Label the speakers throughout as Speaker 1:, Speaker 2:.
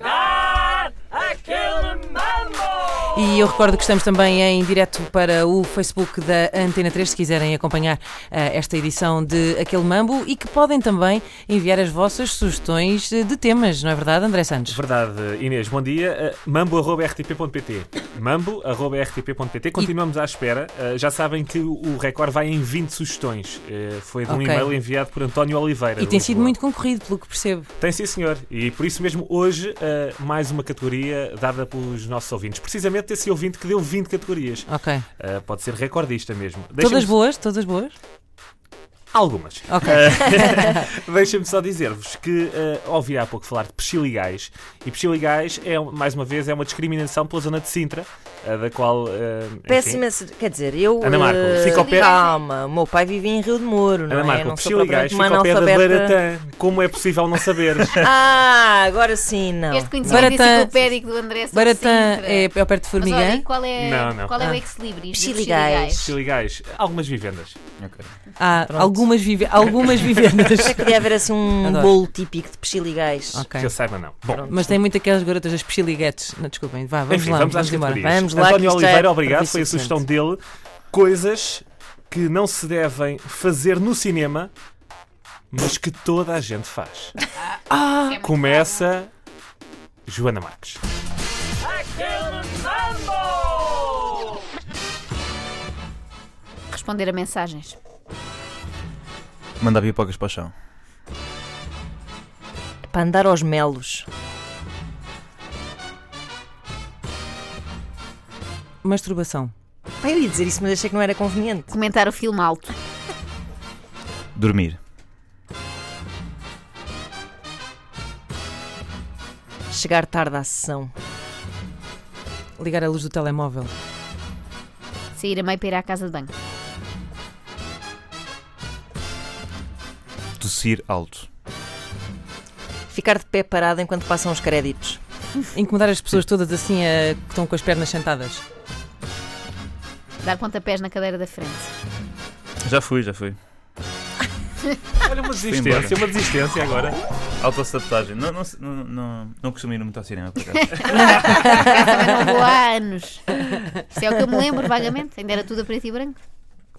Speaker 1: jogar aquele mambo!
Speaker 2: E eu recordo que estamos também em direto para o Facebook da Antena 3, se quiserem acompanhar eh, esta edição de Aquele Mambo e que podem também enviar as vossas sugestões eh, de temas, não é verdade, André Santos?
Speaker 3: Verdade, Inês, bom dia. Uh, mambo.rtp.pt mambo.rtp.pt Continuamos à espera. Uh, Já sabem que o recorde vai em 20 sugestões. Uh, Foi de um
Speaker 2: Ok.
Speaker 3: e-mail enviado por António Oliveira.
Speaker 2: E
Speaker 3: de
Speaker 2: tem sido
Speaker 3: Lisboa.
Speaker 2: muito concorrido, pelo que percebo.
Speaker 3: Tem sim, senhor. E por isso mesmo, hoje, eh, mais uma categoria dada pelos nossos ouvintes. Precisamente esse ouvinte que deu 20 categorias.
Speaker 2: Ok.
Speaker 3: Eh, pode ser recordista mesmo.
Speaker 2: Todas
Speaker 3: Deixem-me-
Speaker 2: boas? Todas boas?
Speaker 3: Algumas.
Speaker 2: Ok.
Speaker 3: Deixem-me só dizer-vos que eh, ouvi há pouco falar de pexilingais. E pexilingais, é, um- mais uma vez, é uma discriminação pela zona de Sintra, eh, da qual. eh, enfim,
Speaker 4: Péssima. Quer dizer, eu.
Speaker 3: Ana Marco,
Speaker 4: eh,
Speaker 3: fica ao pé-
Speaker 4: Calma, o meu pai vivia em Rio de Moro, não
Speaker 3: Ana
Speaker 4: é?
Speaker 3: Marco,
Speaker 4: não sou
Speaker 3: pexilingais
Speaker 4: propriamente uma
Speaker 3: fica ao pé da
Speaker 4: analfabeta.
Speaker 3: Baratã. Como é possível não saberes?
Speaker 4: Ah, agora sim, não.
Speaker 5: Este conhecimento
Speaker 2: Baratã-
Speaker 5: enciclopédico do André sobre
Speaker 2: Baratã
Speaker 5: Sintra.
Speaker 2: é, é ao perto de
Speaker 5: Mas olha, e
Speaker 2: Formigã.
Speaker 5: qual é,
Speaker 3: Não, não.
Speaker 5: Qual é o
Speaker 2: Ah.
Speaker 5: ex-libris? de
Speaker 4: Pexilingais.
Speaker 3: pexilingais, algumas vivendas.
Speaker 2: Há algumas, vive- algumas vivendas.
Speaker 4: Já podia haver assim um
Speaker 2: Adoro.
Speaker 4: bolo típico de pexilingais.
Speaker 2: Ok.
Speaker 3: Que eu saiba, não. Bom,
Speaker 2: Mas tem muito aquelas garotas das pexiliguetes. Não, desculpem, vá, vamos
Speaker 3: Enfim,
Speaker 2: lá,
Speaker 3: vamos
Speaker 2: vamos,
Speaker 3: às
Speaker 2: embora.
Speaker 3: categorias.
Speaker 4: Vamos lá,
Speaker 3: António
Speaker 4: que isto é
Speaker 3: Oliveira, obrigado, foi a
Speaker 4: participante.
Speaker 3: sugestão dele. Coisas que não se devem fazer no cinema, mas que toda a gente faz.
Speaker 2: Ah!
Speaker 3: Começa Joana Marques.
Speaker 1: Aquele mambo!
Speaker 5: Responder a mensagens.
Speaker 6: Mandar pipocas para o chão.
Speaker 4: Para andar aos melos.
Speaker 2: Masturbação.
Speaker 4: Pá, eu ia dizer isso, mas achei que não era conveniente.
Speaker 5: Comentar o filme alto.
Speaker 6: Dormir.
Speaker 4: Chegar tarde à sessão.
Speaker 2: Ligar a luz do telemóvel.
Speaker 5: Sair a meio para ir à casa de banho.
Speaker 6: Tossir alto.
Speaker 4: Ficar de pé parado enquanto passam os créditos.
Speaker 2: Incomodar as pessoas todas assim a- que estão com as pernas sentadas.
Speaker 5: Dar pontapés na cadeira da frente.
Speaker 6: Já fui, já fui.
Speaker 3: Olha, uma
Speaker 6: embora.
Speaker 3: desistência, uma desistência agora.
Speaker 6: Autossabotagem. Não, não, se- não, não, não costumo ir muito ao cinema, por acaso.
Speaker 5: Também não vou há anos. Isso é o que eu me lembro vagamente. Ainda era tudo a preto e branco.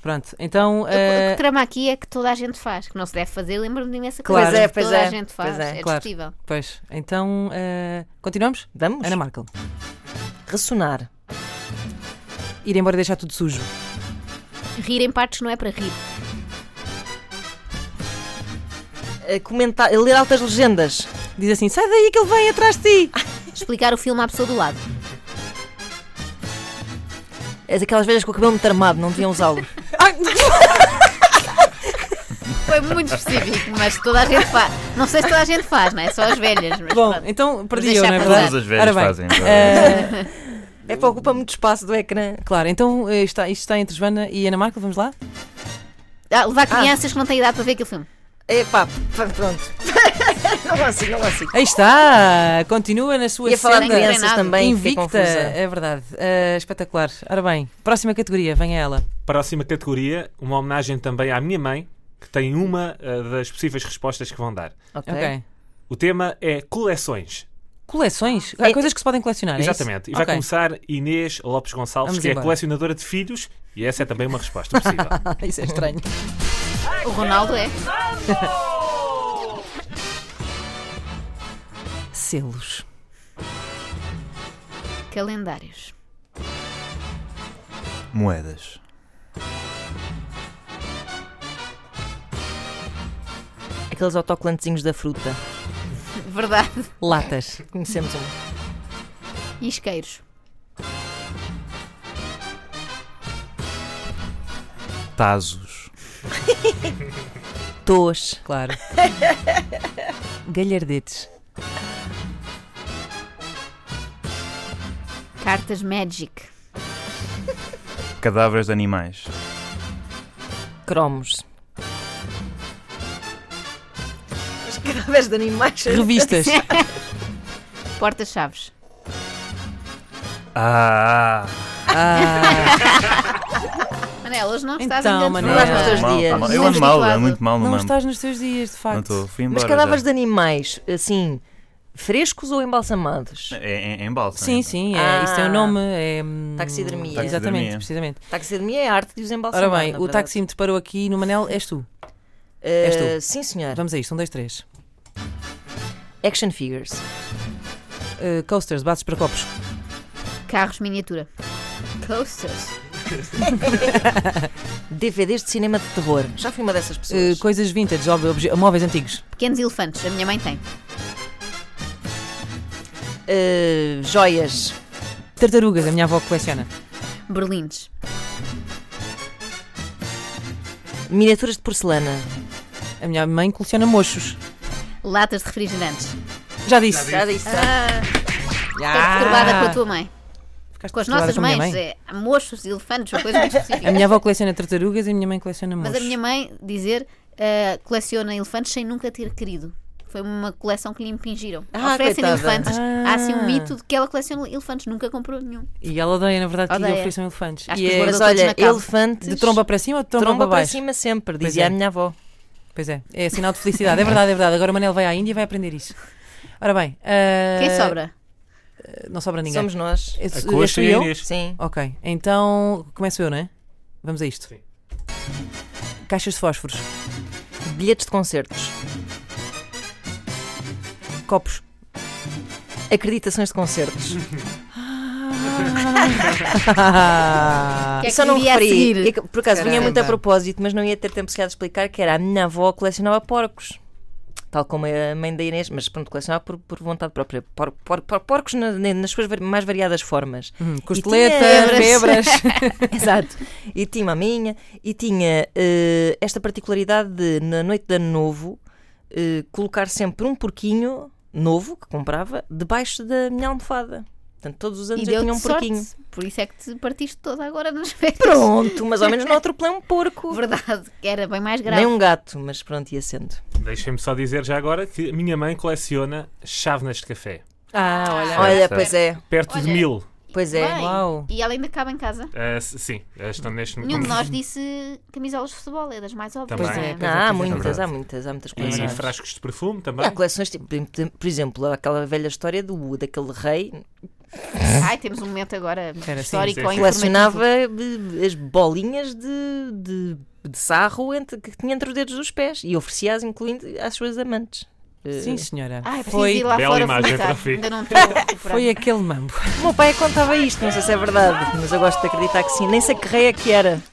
Speaker 2: Pronto, então.
Speaker 5: O
Speaker 4: Ah.
Speaker 2: eh,
Speaker 5: que trama aqui é que toda a gente faz. Que não se deve fazer. Lembro-me de imensa
Speaker 4: Claro.
Speaker 5: coisa.
Speaker 4: Pois é,
Speaker 5: que
Speaker 4: pois
Speaker 5: toda
Speaker 4: é,
Speaker 5: a gente faz.
Speaker 4: pois é.
Speaker 5: É,
Speaker 2: Claro.
Speaker 5: discutível.
Speaker 2: Pois, então. eh, continuamos?
Speaker 4: Vamos?
Speaker 2: Ana Markel.
Speaker 4: Ressonar.
Speaker 2: Ir embora e deixar tudo sujo.
Speaker 5: Rir em partes não é para rir.
Speaker 4: Eh, Comentar. Ler altas legendas.
Speaker 2: Diz assim: sai daí que ele vem atrás de ti!
Speaker 5: Explicar o filme à pessoa do lado.
Speaker 4: As aquelas velhas com o cabelo muito armado, não deviam usá-lo.
Speaker 5: Foi muito específico, mas toda a gente faz. Não sei se toda a gente faz, não é? Só as velhas. Mas
Speaker 2: Bom,
Speaker 5: pronto.
Speaker 2: então perdi eu,
Speaker 5: deixar
Speaker 2: não é
Speaker 5: passar.
Speaker 2: verdade?
Speaker 6: Todas as velhas
Speaker 2: Ora bem,
Speaker 6: fazem.
Speaker 2: eh,
Speaker 4: É para ocupa muito espaço do ecrã.
Speaker 2: claro, então eh, está, isto está entre Joana e Ana Markel, vamos lá?
Speaker 5: Ah, levar crianças que não têm idade para ver aquele filme.
Speaker 4: É pá, pronto. não consigo, não consigo.
Speaker 2: Aí está! Continua na sua
Speaker 4: Ia falar de
Speaker 5: senda.
Speaker 4: crianças também, fiquei
Speaker 2: invicta,
Speaker 4: confusa.
Speaker 2: é verdade. Eh, espetacular. Ora bem, próxima categoria, venha ela.
Speaker 3: Próxima categoria, uma homenagem também à minha mãe, que tem uma eh, das possíveis respostas que vão dar.
Speaker 4: Ok.
Speaker 2: Ok.
Speaker 3: O tema é coleções.
Speaker 2: Coleções? Há
Speaker 4: É-
Speaker 2: coisas que se podem colecionar, é isso?
Speaker 3: Exatamente. E vai
Speaker 2: Ok.
Speaker 3: começar Inês Lopes Gonçalves,
Speaker 2: Vamos
Speaker 3: que é
Speaker 2: embora.
Speaker 3: colecionadora de filhos, e essa é também uma resposta possível.
Speaker 2: isso é estranho.
Speaker 5: O Ronaldo é.
Speaker 2: Selos.
Speaker 5: Calendários.
Speaker 6: Moedas.
Speaker 4: Aqueles autocolantezinhos da fruta.
Speaker 5: Verdade.
Speaker 2: Latas.
Speaker 4: Conhecemos um.
Speaker 5: E isqueiros.
Speaker 6: Tazos.
Speaker 4: Tos.
Speaker 2: Claro. Galhardetes.
Speaker 5: Cartas Magic.
Speaker 6: Cadáveres de animais.
Speaker 4: Cromos. Os cadáveres de animais. assim.
Speaker 2: Revistas.
Speaker 5: Portas-chaves.
Speaker 6: Ah!
Speaker 5: Manel, hoje não estás
Speaker 2: Então,
Speaker 5: em grande
Speaker 2: Manel.
Speaker 6: Não,
Speaker 4: Falaste nos
Speaker 5: forma.
Speaker 4: teus
Speaker 6: tá mal,
Speaker 4: dias.
Speaker 6: tá mal. Eu ando mal, ando muito mal no
Speaker 2: Não
Speaker 6: mambo.
Speaker 2: estás nos teus dias, de
Speaker 6: Não
Speaker 2: facto.
Speaker 6: estou, fui embora.
Speaker 4: Mas cadáveres
Speaker 6: já.
Speaker 4: de animais, assim, Frescos ou embalsamados?
Speaker 6: É, é, é em balsa.
Speaker 2: Sim, sim, é, isso tem um
Speaker 4: Ah.
Speaker 2: nome. É, hum,
Speaker 4: Taxidermia.
Speaker 2: Exatamente,
Speaker 6: Taxidermia.
Speaker 2: precisamente.
Speaker 4: Taxidermia é a arte de os embalsamar.
Speaker 2: Ora bem,
Speaker 4: na
Speaker 2: o
Speaker 4: verdade.
Speaker 2: taxímetro parou aqui no Manel, és tu.
Speaker 4: Eh,
Speaker 2: és tu.
Speaker 4: Sim, senhor.
Speaker 2: Vamos a isto, um, dois, três.
Speaker 4: Action figures.
Speaker 2: Eh, coasters, bases para copos.
Speaker 5: Carros miniatura. Coasters.
Speaker 4: DVDs de cinema de terror. Já fui uma dessas pessoas.
Speaker 2: Eh, coisas vintage, ob- obje- móveis antigos.
Speaker 5: Pequenos elefantes. A minha mãe tem.
Speaker 4: Eh, joias.
Speaker 2: Tartarugas, a minha avó coleciona.
Speaker 5: Berlindes.
Speaker 4: Miniaturas de porcelana.
Speaker 2: A minha mãe coleciona mochos.
Speaker 5: Latas de refrigerantes.
Speaker 2: Já disse.
Speaker 4: Já disse.
Speaker 5: Ah, Estás perturbada com a tua mãe.
Speaker 2: Ah. Ficaste
Speaker 5: Com as
Speaker 2: perturbada
Speaker 5: nossas
Speaker 2: com a minha
Speaker 5: mães.
Speaker 2: mãe?
Speaker 5: É, há mochos, elefantes, uma coisa muito específica.
Speaker 2: A minha avó coleciona tartarugas e a minha mãe coleciona mochos.
Speaker 5: Mas a minha mãe dizer eh, coleciona elefantes sem nunca ter querido. Foi uma coleção que lhe impingiram.
Speaker 4: Ah,
Speaker 5: Oferecem
Speaker 4: coitada.
Speaker 5: elefantes. Há assim um
Speaker 2: Ah.
Speaker 5: mito de que ela coleciona elefantes, nunca comprou nenhum.
Speaker 2: E ela odeia, na verdade, que lhe
Speaker 5: Odeia.
Speaker 2: ofereçam elefantes. E
Speaker 5: Acho que os
Speaker 2: é
Speaker 5: guarda-
Speaker 4: Mas
Speaker 5: todos
Speaker 4: olha,
Speaker 5: na cama.
Speaker 4: elefantes.
Speaker 2: de tromba para cima ou de tromba,
Speaker 4: tromba
Speaker 2: para
Speaker 4: para
Speaker 2: baixo?
Speaker 4: cima sempre,
Speaker 2: Pois
Speaker 4: dizia
Speaker 2: é.
Speaker 4: a minha avó.
Speaker 2: Pois é, é sinal de felicidade. É verdade, é verdade. Agora o Manel vai à Índia e vai aprender isso. Ora bem. ah,
Speaker 5: Quem sobra?
Speaker 2: Não sobra ninguém.
Speaker 4: Somos nós.
Speaker 2: Esse-
Speaker 3: A coxa
Speaker 2: este
Speaker 3: e a
Speaker 2: eu?
Speaker 3: Inês.
Speaker 4: Sim.
Speaker 2: Ok, então começo eu, não é? Vamos a isto. Caixas de fósforos,
Speaker 4: Bilhetes de concertos.
Speaker 2: copos,
Speaker 4: Acreditações de concertos.
Speaker 5: Que é
Speaker 4: Só
Speaker 5: que
Speaker 4: não
Speaker 5: viria a
Speaker 4: referi.
Speaker 5: seguir?
Speaker 4: É que, Por acaso, vinha
Speaker 2: Caramba.
Speaker 4: muito a propósito, mas não ia ter tempo sequer de explicar que era a minha avó colecionava porcos. Tal como a mãe da Inês, mas pronto, colecionava por, por vontade própria. Por- por- por- porcos na- na- nas suas vari- mais variadas formas.
Speaker 2: Hum,
Speaker 4: E
Speaker 2: costeleta, febras.
Speaker 4: tinha- exato. E tinha a minha, e tinha eh, esta particularidade de, na noite de ano novo, eh, colocar sempre um porquinho novo, que comprava, debaixo da minha almofada. Portanto, todos os
Speaker 5: E
Speaker 4: anos eu
Speaker 5: deu-te
Speaker 4: tinha um porquinho.
Speaker 5: sorte. Por isso é que te partiste toda agora nas férias.
Speaker 4: Pronto, mas ao menos não atropelei um porco.
Speaker 5: Verdade, que era bem mais grave.
Speaker 4: Nem um gato, mas pronto, ia sendo.
Speaker 3: Deixem-me só dizer já agora que a minha mãe coleciona chávenas de café.
Speaker 2: ah, olha.
Speaker 4: Olha,
Speaker 3: certo.
Speaker 4: pois é,
Speaker 3: Perto de
Speaker 5: Olha.
Speaker 3: mil.
Speaker 4: pois é.
Speaker 5: Bem,
Speaker 2: Uau.
Speaker 5: E ela ainda cabe em casa.
Speaker 3: Ah, s- sim, ah, estão neste
Speaker 5: Nenhum de nós disse camisolas de futebol, é das mais óbvias.
Speaker 3: Também.
Speaker 5: não é?
Speaker 2: Pois é.
Speaker 4: Não, Ah, há muitas,
Speaker 3: verdade.
Speaker 4: há muitas, há muitas coisas.
Speaker 3: E
Speaker 4: E
Speaker 3: frascos de perfume também.
Speaker 4: Há coleções, tipo, por exemplo, aquela velha história do, daquele rei é,
Speaker 5: Ai, temos um momento agora
Speaker 2: sim,
Speaker 5: histórico
Speaker 3: sim,
Speaker 5: ou
Speaker 3: sim.
Speaker 5: informativo.
Speaker 4: assim, colecionava eh, as bolinhas de, de, de sarro entre- que tinha entre os dedos dos pés e oferecia-as, incluindo às suas amantes. Eh,
Speaker 2: Sim, senhora.
Speaker 5: Ai, preciso
Speaker 2: foi,
Speaker 5: ir lá
Speaker 3: Bela
Speaker 5: fora
Speaker 3: imagem,
Speaker 5: vomitar.
Speaker 3: Trafi.
Speaker 5: Ainda não estou
Speaker 2: foi aquele mambo.
Speaker 4: O meu pai contava isto, não sei se é verdade, mas eu gosto de acreditar que sim. Nem sei que rei é que era.